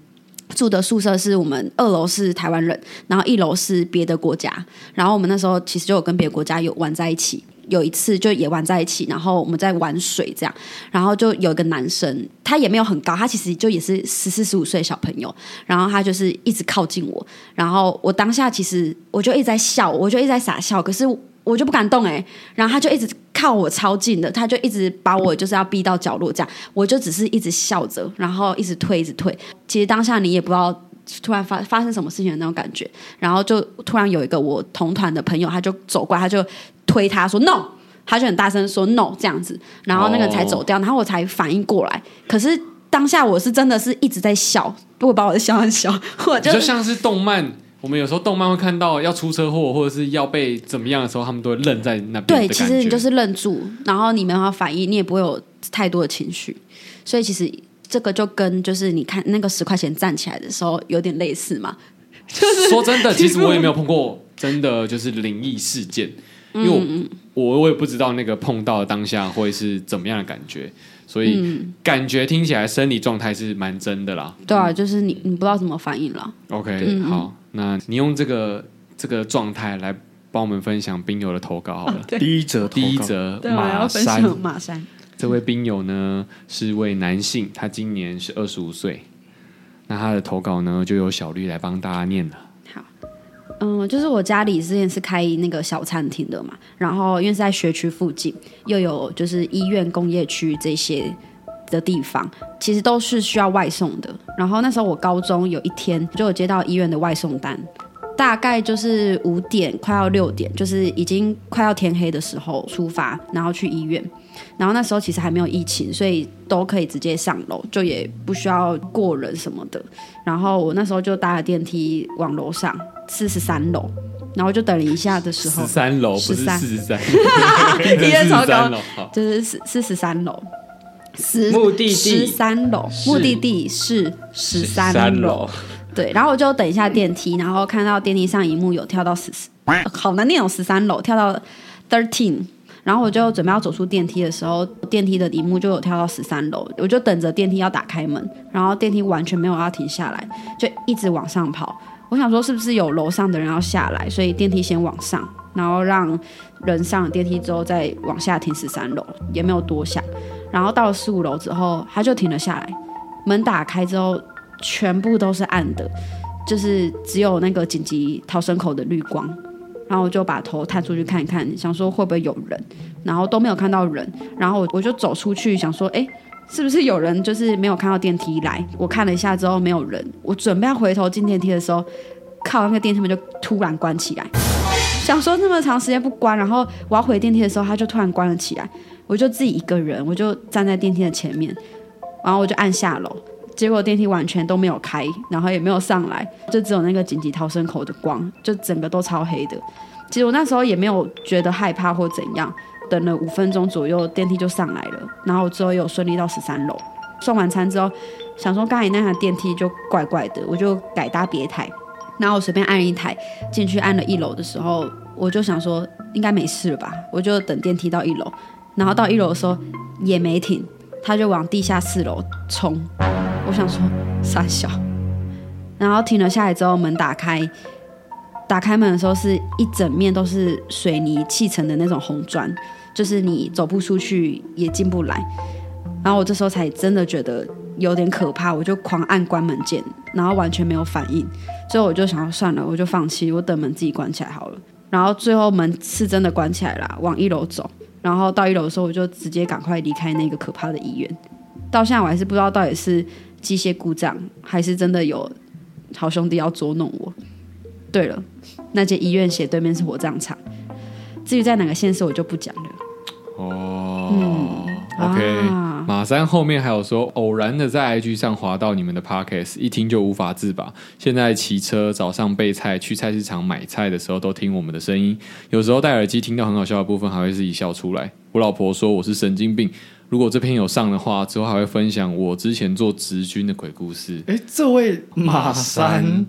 住的宿舍是我们二楼是台湾人，然后一楼是别的国家，然后我们那时候其实就有跟别的国家有玩在一起，有一次就也玩在一起，然后我们在玩水这样，然后就有一个男生，他也没有很高，他其实就也是十四十五岁的小朋友，然后他就是一直靠近我，然后我当下其实我就一直在笑，我就一直在傻笑，可是我就不敢动哎、然后他就一直靠我超近的，他就一直把我就是要逼到角落这样，我就只是一直笑着，然后一直退一直退，其实当下你也不知道。突然发发生什么事情的那种感觉，然后就突然有一个我同团的朋友，他就走过来，他就推他说 “no”，他就很大声说 “no” 这样子，然后那个才走掉，然后我才反应过来。可是当下我是真的是一直在笑，我把我的笑很笑，我你就像是动漫。我们有时候动漫会看到要出车祸或者是要被怎么样的时候，他们都会愣在那边的感对，觉。其实你就是愣住，然后你没办法反应，你也不会有太多的情绪，所以其实这个就跟就是你看那个十块钱站起来的时候有点类似嘛，说真的，其实我也没有碰过真的就是灵异事件，因为我、我我也不知道那个碰到的当下会是怎么样的感觉，所以感觉听起来生理状态是蛮真的啦。对啊，就是你你不知道怎么反应了。 OK，、好，那你用这个这个状态来帮我们分享冰友的投稿 好了。第一则，第一，则马山，马山，这位冰友呢是位男性，他今年是二十五岁。那他的投稿呢，就由小绿来帮大家念了。好，嗯，就是我家里之前是开那个小餐厅的嘛，然后因为是在学区附近，又有就是医院、工业区这些的地方，其实都是需要外送的。然后那时候我高中有一天就有接到医院的外送单，大概就是五点快要六点，就是已经快要天黑的时候出发，然后去医院。然后那时候其实还没有疫情，所以都可以直接上楼，就也不需要过人什么的。然后我那时候就搭了电梯往楼上，四十三楼，然后就等了一下的时候十，三楼不是13四十 三，体验超高楼。好，就是四四十三楼，十目的地十三楼，是目的地是十三楼。，对，然后我就等一下电梯，然后看到电梯上荧幕有跳到十四，呃好难念哦，十三楼跳到 thirteen。然后我就准备要走出电梯的时候，电梯的荧幕就有跳到十三楼，我就等着电梯要打开门，然后电梯完全没有要停下来，就一直往上跑。我想说是不是有楼上的人要下来，所以电梯先往上，然后让人上了电梯之后再往下停十三楼，也没有多想。然后到了十五楼之后，他就停了下来，门打开之后全部都是暗的，就是只有那个紧急逃生口的绿光。然后我就把头探出去看一看，想说会不会有人，然后都没有看到人。然后我我就走出去，想说，哎，是不是有人就是没有看到电梯来？我看了一下之后没有人，我准备要回头进电梯的时候，靠，那个电梯门就突然关起来。想说那么长时间不关，然后我要回电梯的时候，它就突然关了起来。我就自己一个人，我就站在电梯的前面，然后我就哎按下楼，结果电梯完全都没有开，然后也没有上来，就只有那个紧急逃生口的光，就整个都超黑的。其实我那时候也没有觉得害怕或怎样，等了五分钟左右，电梯就上来了，然后之后又顺利到十三楼。送完餐之后，想说刚才那台电梯就怪怪的，我就改搭别台，然后我随便按一台进去，按了一楼的时候，我就想说应该没事了吧，我就等电梯到一楼，然后到一楼的时候也没停，他就往地下四楼冲。我想说傻笑，然后停了下来之后，门打开，打开门的时候是一整面都是水泥砌成的那种红砖，就是你走不出去也进不来。然后我这时候才真的觉得有点可怕，我就狂按关门键，然后完全没有反应，所以我就想要算了，我就放弃，我等门自己关起来好了。然后最后门是真的关起来了，往一楼走。然后到一楼的时候，我就直接赶快离开那个可怕的医院。到现在我还是不知道到底是机械故障，还是真的有好兄弟要捉弄我。对了，那间医院斜对面是火葬场。至于在哪个县市，我就不讲了。哦，OK，嗯啊马三后面还有说，偶然的在 IG 上滑到你们的 Podcast，一听就无法自拔。现在骑车、早上备菜、去菜市场买菜的时候，都听我们的声音。有时候戴耳机听到很好笑的部分，还会自己笑出来。我老婆说我是神经病。如果这篇有上的话，之后还会分享我之前做直军的鬼故事。哎，这位马马三三，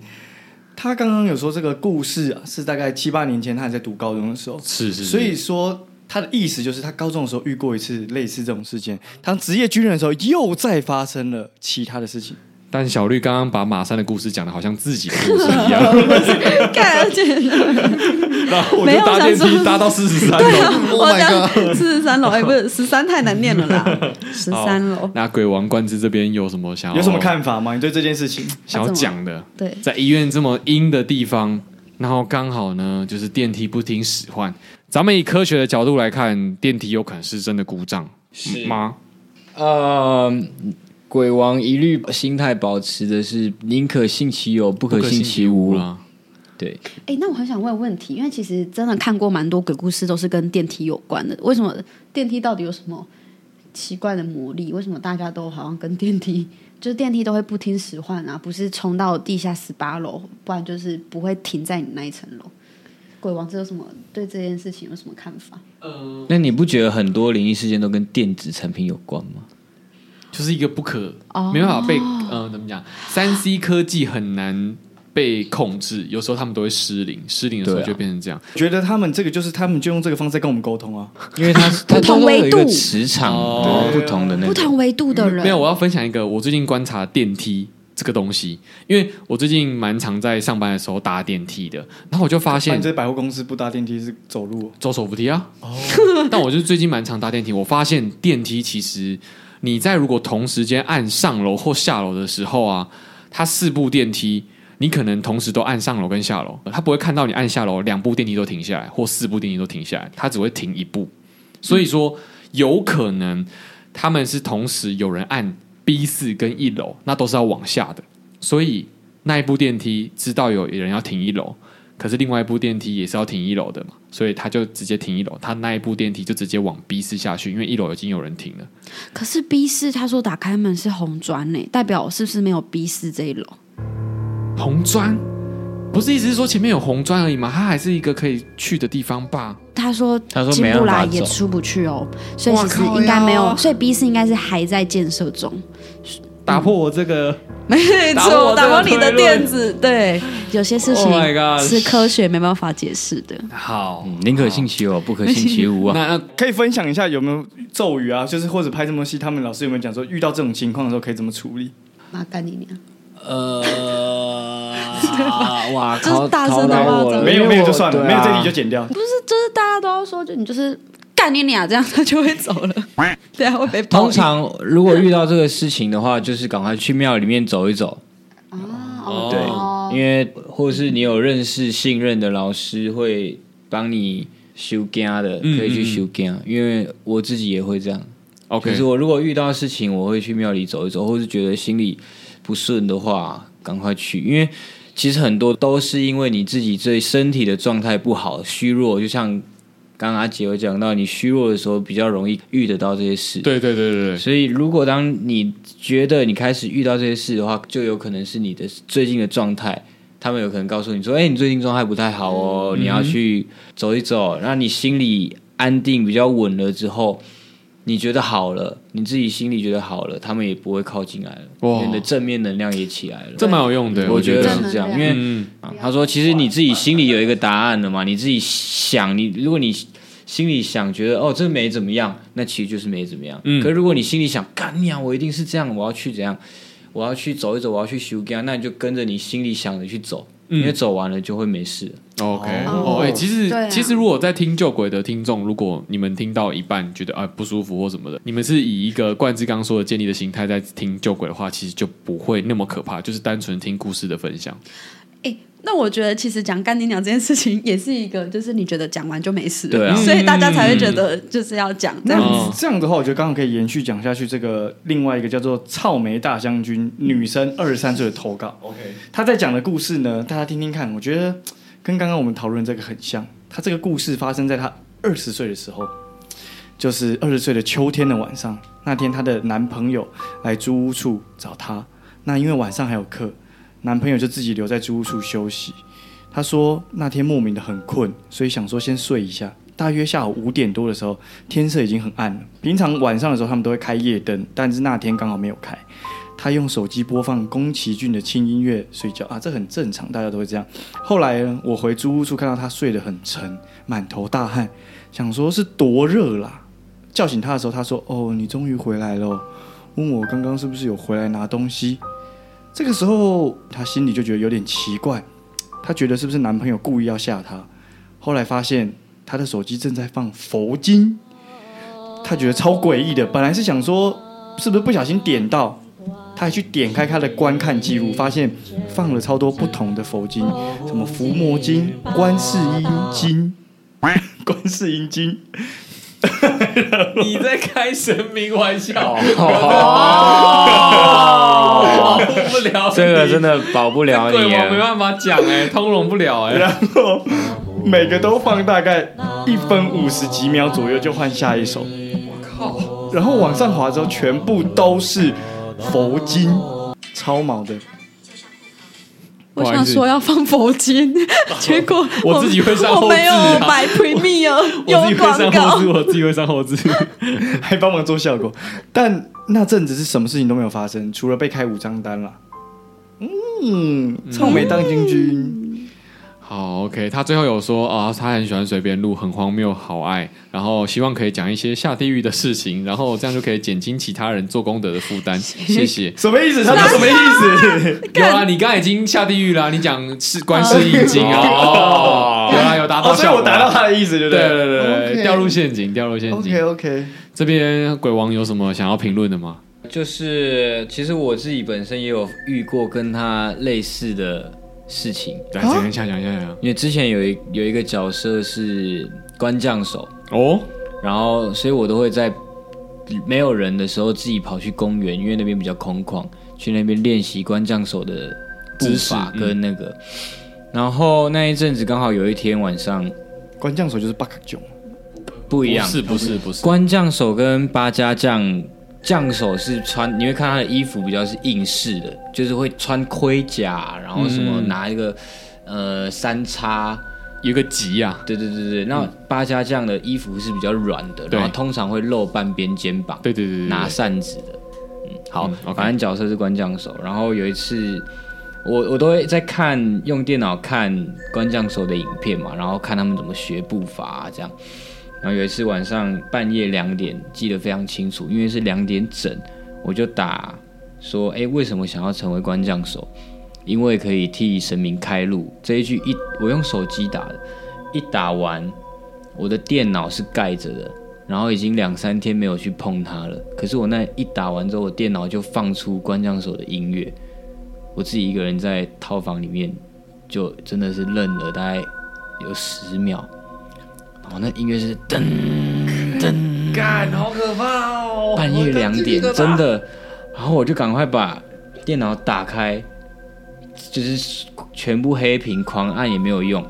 他刚刚有说这个故事啊，是大概七八年前他还在读高中的时候，是是是，所以说他的意思就是他高中的时候遇过一次类似这种事件，当职业军人的时候又再发生了其他的事情。但小绿刚刚把马三的故事讲的好像自己的故事 一样，干， 然后我没就有搭电我想梯说搭到四十三楼。 Oh 我讲四十三楼，哎，不是十三太难念了 啦，十三楼。那鬼王冠之这边有什么想要有什么看法吗？你对这件事情？想要讲的？对，在医院这么阴的地方，然后刚好呢，就是电梯不听使唤。咱们以科学的角度来看，电梯有可能是真的故障嗯是吗？呃，鬼王一律心态保持的是宁可信其有，不可信其无了。啦。对，哎，那我很想问问题，因为其实真的看过蛮多鬼故事，都是跟电梯有关的。为什么电梯到底有什么奇怪的魔力？为什么大家都好像跟电梯，就是电梯都会不听使唤啊？不是冲到地下十八楼，不然就是不会停在你那一层楼。鬼王这有什么对这件事情有什么看法？那你不觉得很多灵异事件都跟电子产品有关吗？就是一个不可、哦没办法被呃怎么讲，三 C 科技很难被控制，有时候他们都会失灵，失灵的时候对啊就变成这样。觉得他们这个就是他们就用这个方式在跟我们沟通啊。因为 它它不同都会有维一度个磁场，哦对不同的那不种。同维度的人，嗯没有，我要分享一个我最近观察电梯这个东西，因为我最近蛮常在上班的时候搭电梯的，然后我就发那现你这百货公司不搭电梯是走路哦、走手扶梯啊。 但我就是最近蛮常搭电梯，我发现电梯其实你在如果同时间按上楼或下楼的时候啊，它四部电梯，你可能同时都按上楼跟下楼，他不会看到你按下楼，两部电梯都停下来，或四部电梯都停下来，他只会停一步。所以说，有可能他们是同时有人按 B 四跟一楼，那都是要往下的，所以那一部电梯知道有人要停一楼，可是另外一部电梯也是要停一楼的嘛，所以他就直接停一楼，他那一部电梯就直接往 B 四下去，因为一楼已经有人停了。可是 B 四他说打开门是红砖呢、代表我是不是没有 B 四这一楼？红砖不是意思是说前面有红砖而已嘛，它还是一个可以去的地方吧？他说他说进没不办法来也走出不去哦，所以哇其实靠应该没有呀，所以 B 四应该是还在建设中。打破我这个 没打破我错，这个打破你的推论垫子。对，有些事 Oh my 情 gosh 是科学没办法解释的。好，嗯宁可信 其有，不可信其无啊。那那可以分享一下有没有咒语啊？就是或者拍这么戏，他们老师有没有讲说遇到这种情况的时候可以怎么处理？妈干你娘！ 呃， 哇，这是考大声考的到骂我脏了，话没有没有就算了，对没啊有这题就剪掉。不是，就是大家都要说，就你就是干你俩这样，他就会走了。对啊，会被报应通常如果遇到这个事情的话，就是赶快去庙里面走一走，哦对，因为或是你有认识信任的老师会帮你修家的，嗯可以去修家。因为我自己也会这样，可 OK，是我如果遇到事情，我会去庙里走一走，或是觉得心里不顺的话，赶快去，因为。其实很多都是因为你自己对身体的状态不好、虚弱，就像刚刚阿杰有讲到，你虚弱的时候比较容易遇得到这些事。对对对对对，所以，如果当你觉得你开始遇到这些事的话，就有可能是你的最近的状态。他们有可能告诉你说：“哎、你最近状态不太好哦，嗯你要去走一走。”让你心里安定、比较稳了之后，你觉得好了，你自己心里觉得好了，他们也不会靠近来了，哇你的正面能量也起来了。这蛮有用的，我觉得觉得正是这样，因能量为、嗯，啊他说：“其实你自己心里有一个答案了嘛，你自己想，你如果你心里想觉得哦这没怎么样，那其实就是没怎么样。嗯可是如果你心里想干娘，我一定是这样，我要去怎样，我要去走一走，我要去修干，那你就跟着你心里想的去走，嗯因为走完了就会没事了。 OK，哦哦，哎、其实、对啊其实如果在听救鬼的听众，如果你们听到一半觉得啊不舒服或什么的，你们是以一个冠之刚说的建立的心态在听救鬼的话，其实就不会那么可怕，就是单纯听故事的分享。诶哎那我觉得其实讲干你娘这件事情也是一个，就是你觉得讲完就没事了，对啊所以大家才会觉得就是要讲这那样。嗯这样的话，我觉得刚好可以延续讲下去。这个另外一个叫做草莓大将军女生二十三岁的投稿， OK，她在讲的故事呢，大家听听看，我觉得跟刚刚我们讨论这个很像。她这个故事发生在她二十岁的时候，就是二十岁的秋天的晚上。那天她的男朋友来租屋处找她，那因为晚上还有课，男朋友就自己留在租屋处休息。她说那天莫名的很困，所以想说先睡一下。大约下午五点多的时候，天色已经很暗了。平常晚上的时候，他们都会开夜灯，但是那天刚好没有开。她用手机播放宫崎骏的轻音乐睡觉啊，这很正常，大家都会这样。后来呢，我回租屋处看到她睡得很沉，满头大汗，想说是多热啦。叫醒她的时候，她说：“哦，你终于回来了哦。”问我刚刚是不是有回来拿东西。这个时候，她心里就觉得有点奇怪，她觉得是不是男朋友故意要吓她？后来发现她的手机正在放佛经，她觉得超诡异的。本来是想说是不是不小心点到，她还去点开她的观看记录，发现放了超多不同的佛经，什么伏魔经、观世音经、 观世音经。你在开神明玩笑，哦，不了这个真的保不了 你啊。法讲哎、通融不了哎、然后每个都放大概一分五十几秒左右就换下一首。我靠！然后往上滑之后，全部都是佛经，超毛的。我不好想意思说要放佛 经，结果我我自己会上后我没有置啊买 Premium 有 我自己会广上后告置，。我自己会上后 置。还帮忙做效果。但那阵子是什么事情都没有发生，除了被开五张单啦。嗯，臭美当君君，好，OK，他最后有说啊、他很喜欢随便录，很荒谬，好爱，然后希望可以讲一些下地狱的事情，然后这样就可以减轻其他人做功德的负 担，谢谢。什么意思？他说什么意思？有啊，你刚才已经下地狱啦，你讲是观世音经啊，哦，有啦，有达到哦，所以效果，我达到他的意思，对不对，对对对对对，哦 OK 掉入陷阱，掉入陷阱。 ？OK OK，这边鬼王有什么想要评论的吗？就是其实我自己本身也有遇过跟他类似的事情，来，啊讲一下，讲一下，讲因为之前有一有一个角色是官将手，哦，然后所以我都会在没有人的时候自己跑去公园，因为那边比较空旷，去那边练习官将手的步姿势伐跟那个。然后那一阵子刚好有一天晚上关将手就是巴卡囧，不一样不，是不是不是，官将手跟八家将将手是穿，你会看他的衣服比较是硬式的，就是会穿盔甲，然后什么嗯拿一个、呃三叉，有个急呀、啊，对对对对。那八家将的衣服是比较软的，对然后通常会露半边肩膀，对对对对，拿对扇子的。嗯，好，嗯，OK 反正角色是官将手。然后有一次，我我都会在看用电脑看官将手的影片嘛，然后看他们怎么学步伐、啊、这样。然后有一次晚上半夜两点，记得非常清楚，因为是两点整，我就打说，哎，为什么想要成为官将手？因为可以替神明开路。这一句一我用手机打的，一打完，我的电脑是盖着的，然后已经两三天没有去碰它了。可是我那一打完之后，我电脑就放出关将手的音乐，我自己一个人在套房里面，就真的是愣了大概有十秒。哦，那音乐是噔噔，干，好可怕哦！半夜两点，真的。然后我就赶快把电脑打开，就是全部黑屏，狂按也没有用。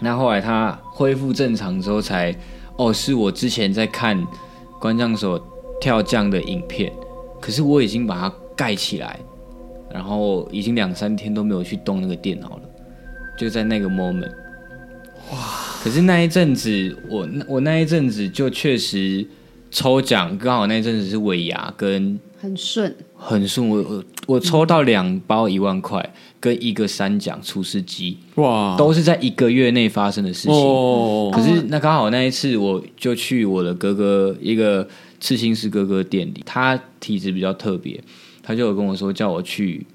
那后来他恢复正常之后才，哦，是我之前在看关将所跳将的影片，可是我已经把它盖起来，然后已经两三天都没有去动那个电脑了，就在那个 moment，哇！可是那一阵子，我那我那一阵子就确实抽奖，刚好那一阵子是尾牙跟很顺，很顺，我我我抽到两包一万块跟一个三奖厨师机，哇，都是在一个月内发生的事情。哦，可是那刚好那一次，我就去我的哥哥一个刺青师哥哥店里，他体质比较特别，他就有跟我说叫我去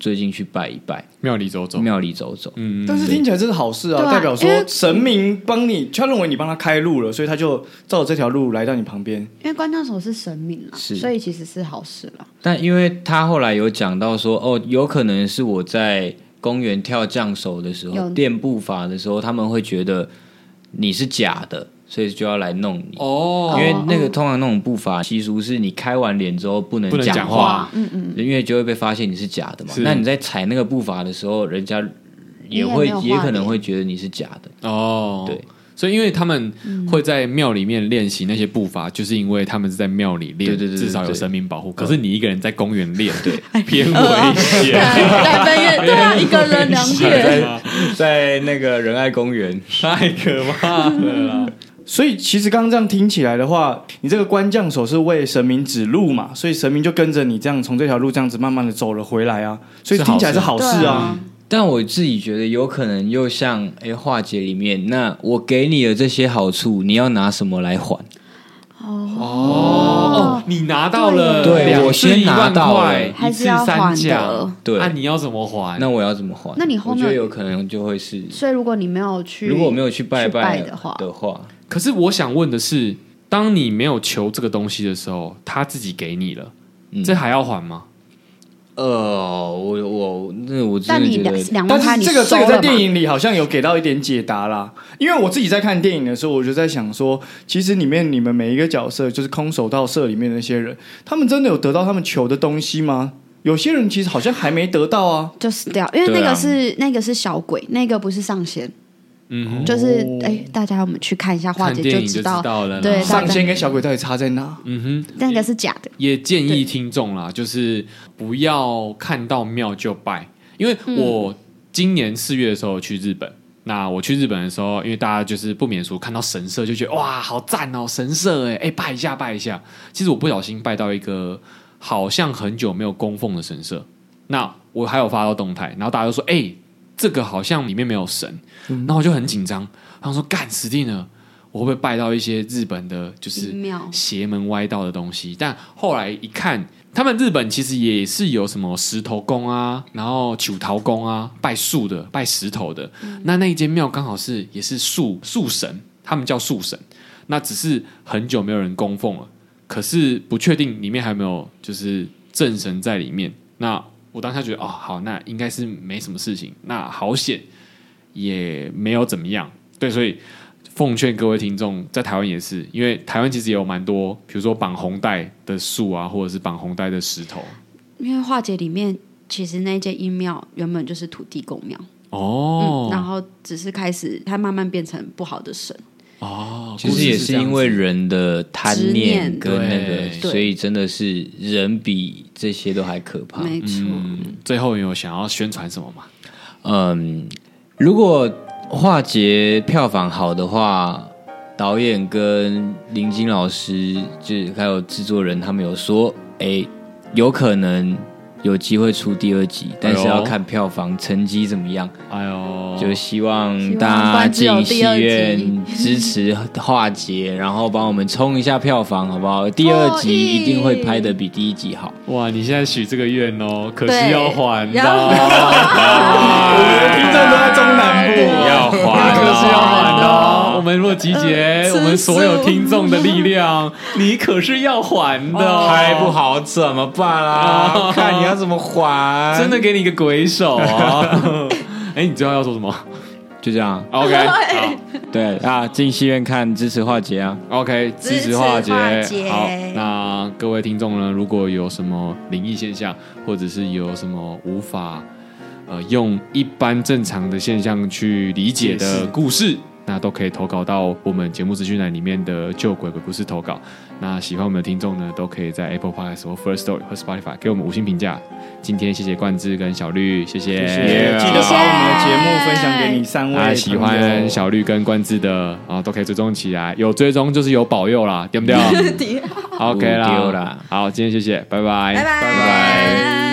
最近去拜一拜，庙里走走，庙里走走。嗯，但是听起来这是好事啊，对啊代表因为说神明帮你，他认为你帮他开路了，所以他就照着这条路来到你旁边。因为关将手是神明啦，是所以其实是好事啦。但因为他后来有讲到说，哦，有可能是我在公园跳将手的时候有练步伐的时候，他们会觉得你是假的，所以就要来弄你。哦因为那个哦通常那种步伐习俗是你开完脸之后不能不能讲讲话话，嗯嗯，因为就会被发现你是假的嘛是。那你在踩那个步伐的时候，人家也也会没有画也可能面会觉得你是假的。哦，对，所以因为他们嗯会在庙里面练习那些步伐，就是因为他们是在庙里练，对对对对至少有对神明保护。可是你一个人在公园练，嗯对，偏危对险。啊，半夜对啊，一个人两点， 在那个仁爱公园，太可怕了啦！所以其实刚刚这样听起来的话，你这个官将手是为神明指路嘛，所以神明就跟着你这样从这条路这样子慢慢的走了回来啊，所以听起来是好事对啊啊。但我自己觉得有可能又像哎化解里面，那我给你的这些好处，你要拿什么来还？哦，你拿到了，对两次我先一万拿到块了一还次是要三还奖的，对那你要怎么还？那我要怎么还？那你后面我觉得有可能就会是，所以如果你没有去，如果我没有去拜拜的的话，的话，可是我想问的是，当你没有求这个东西的时候，他自己给你了，这还要还吗？呃，我我那我真但的你觉两得两但万块是你这个这收个了在嘛电影里好像有给到一点解答啦，因为我自己在看电影的时候，我就在想说，其实里面你们每一个角色，就是空手道社里面的那些人，他们真的有得到他们求的东西吗？有些人其实好像还没得到啊。就死掉，因为对啊那个是、那个是小鬼，那个不是上仙，嗯哼，就是哦哎、大家我们去看一下化看解电影知知道，道了啦。对上仙跟小鬼到底差在哪？嗯哼，那个是假的，也建议听众啦，就是不要看到庙就拜，因为我今年四月的时候去日本。那我去日本的时候，因为大家就是不免俗，看到神社就觉得哇，好赞哦，神社哎哎，拜一下拜一下。其实我不小心拜到一个好像很久没有供奉的神社，那我还有发到动态，然后大家就说哎、这个好像里面没有神，然后我就很紧张，然后说干死定了，我会不会拜到一些日本的，就是阴庙邪门歪道的东西？但后来一看，他们日本其实也是有什么石头宫啊，然后九桃宫啊，拜树的，拜石头的。那那一间庙刚好是也是树树神，他们叫树神，那只是很久没有人供奉了，可是不确定里面还有没有就是正神在里面。那我当下觉得哦，好，那应该是没什么事情，那好险也没有怎么样。对，所以奉劝各位听众，在台湾也是，因为台湾其实也有蛮多，比如说绑红带的树啊，或者是绑红带的石头。因为化解里面其实那间阴庙原本就是土地公庙，哦嗯，，然后只是开始它慢慢变成不好的神，哦，其实也是因为人的贪念跟那对个，对所以真的是人比这些都还可怕。没错。嗯最后有想要宣传什么吗？嗯，如果化解票房好的话，导演跟林金老师，就是还有制作人，他们有说，哎、有可能有机会出第二集，但是要看票房成绩怎么样。哎呦，就希望希望大家观众有进戏第二集院支持化解，然后帮我们冲一下票房，好不好？第二同集意一定会拍的比第一集好。哇，你现在许这个愿哦，可惜对要还的， 要听众都在中南部，要还可是要还的哦。我们若集结呃我们吃所有素听众的力 量，你可是要还的哦，拍不好 怎么办啊？ 看你要怎么 还，真的给你一个鬼手 啊！哎，你知道要说什么就这样。 ？OK，好对啊，进戏院看支持化解啊。 OK，支持化化解。解好，那各位听众呢，如果有什么灵异现象，或者是有什么无法呃用一般正常的现象去理解解的释故事，那都可以投稿到我们节目资讯栏里面的旧鬼鬼故事投稿。那喜欢我们的听众呢，都可以在 Apple Podcast 或 First Story 或 Spotify 给我们五星评价。今天谢谢冠志跟小绿，谢谢，也记得把我们的节目分享给你三位朋啊，友喜欢小绿跟关智的啊，都可以追踪起来。有追踪就是有保佑 啦，对不对？OK 不啦，丢啦哎好，今天谢谢，拜拜，拜拜。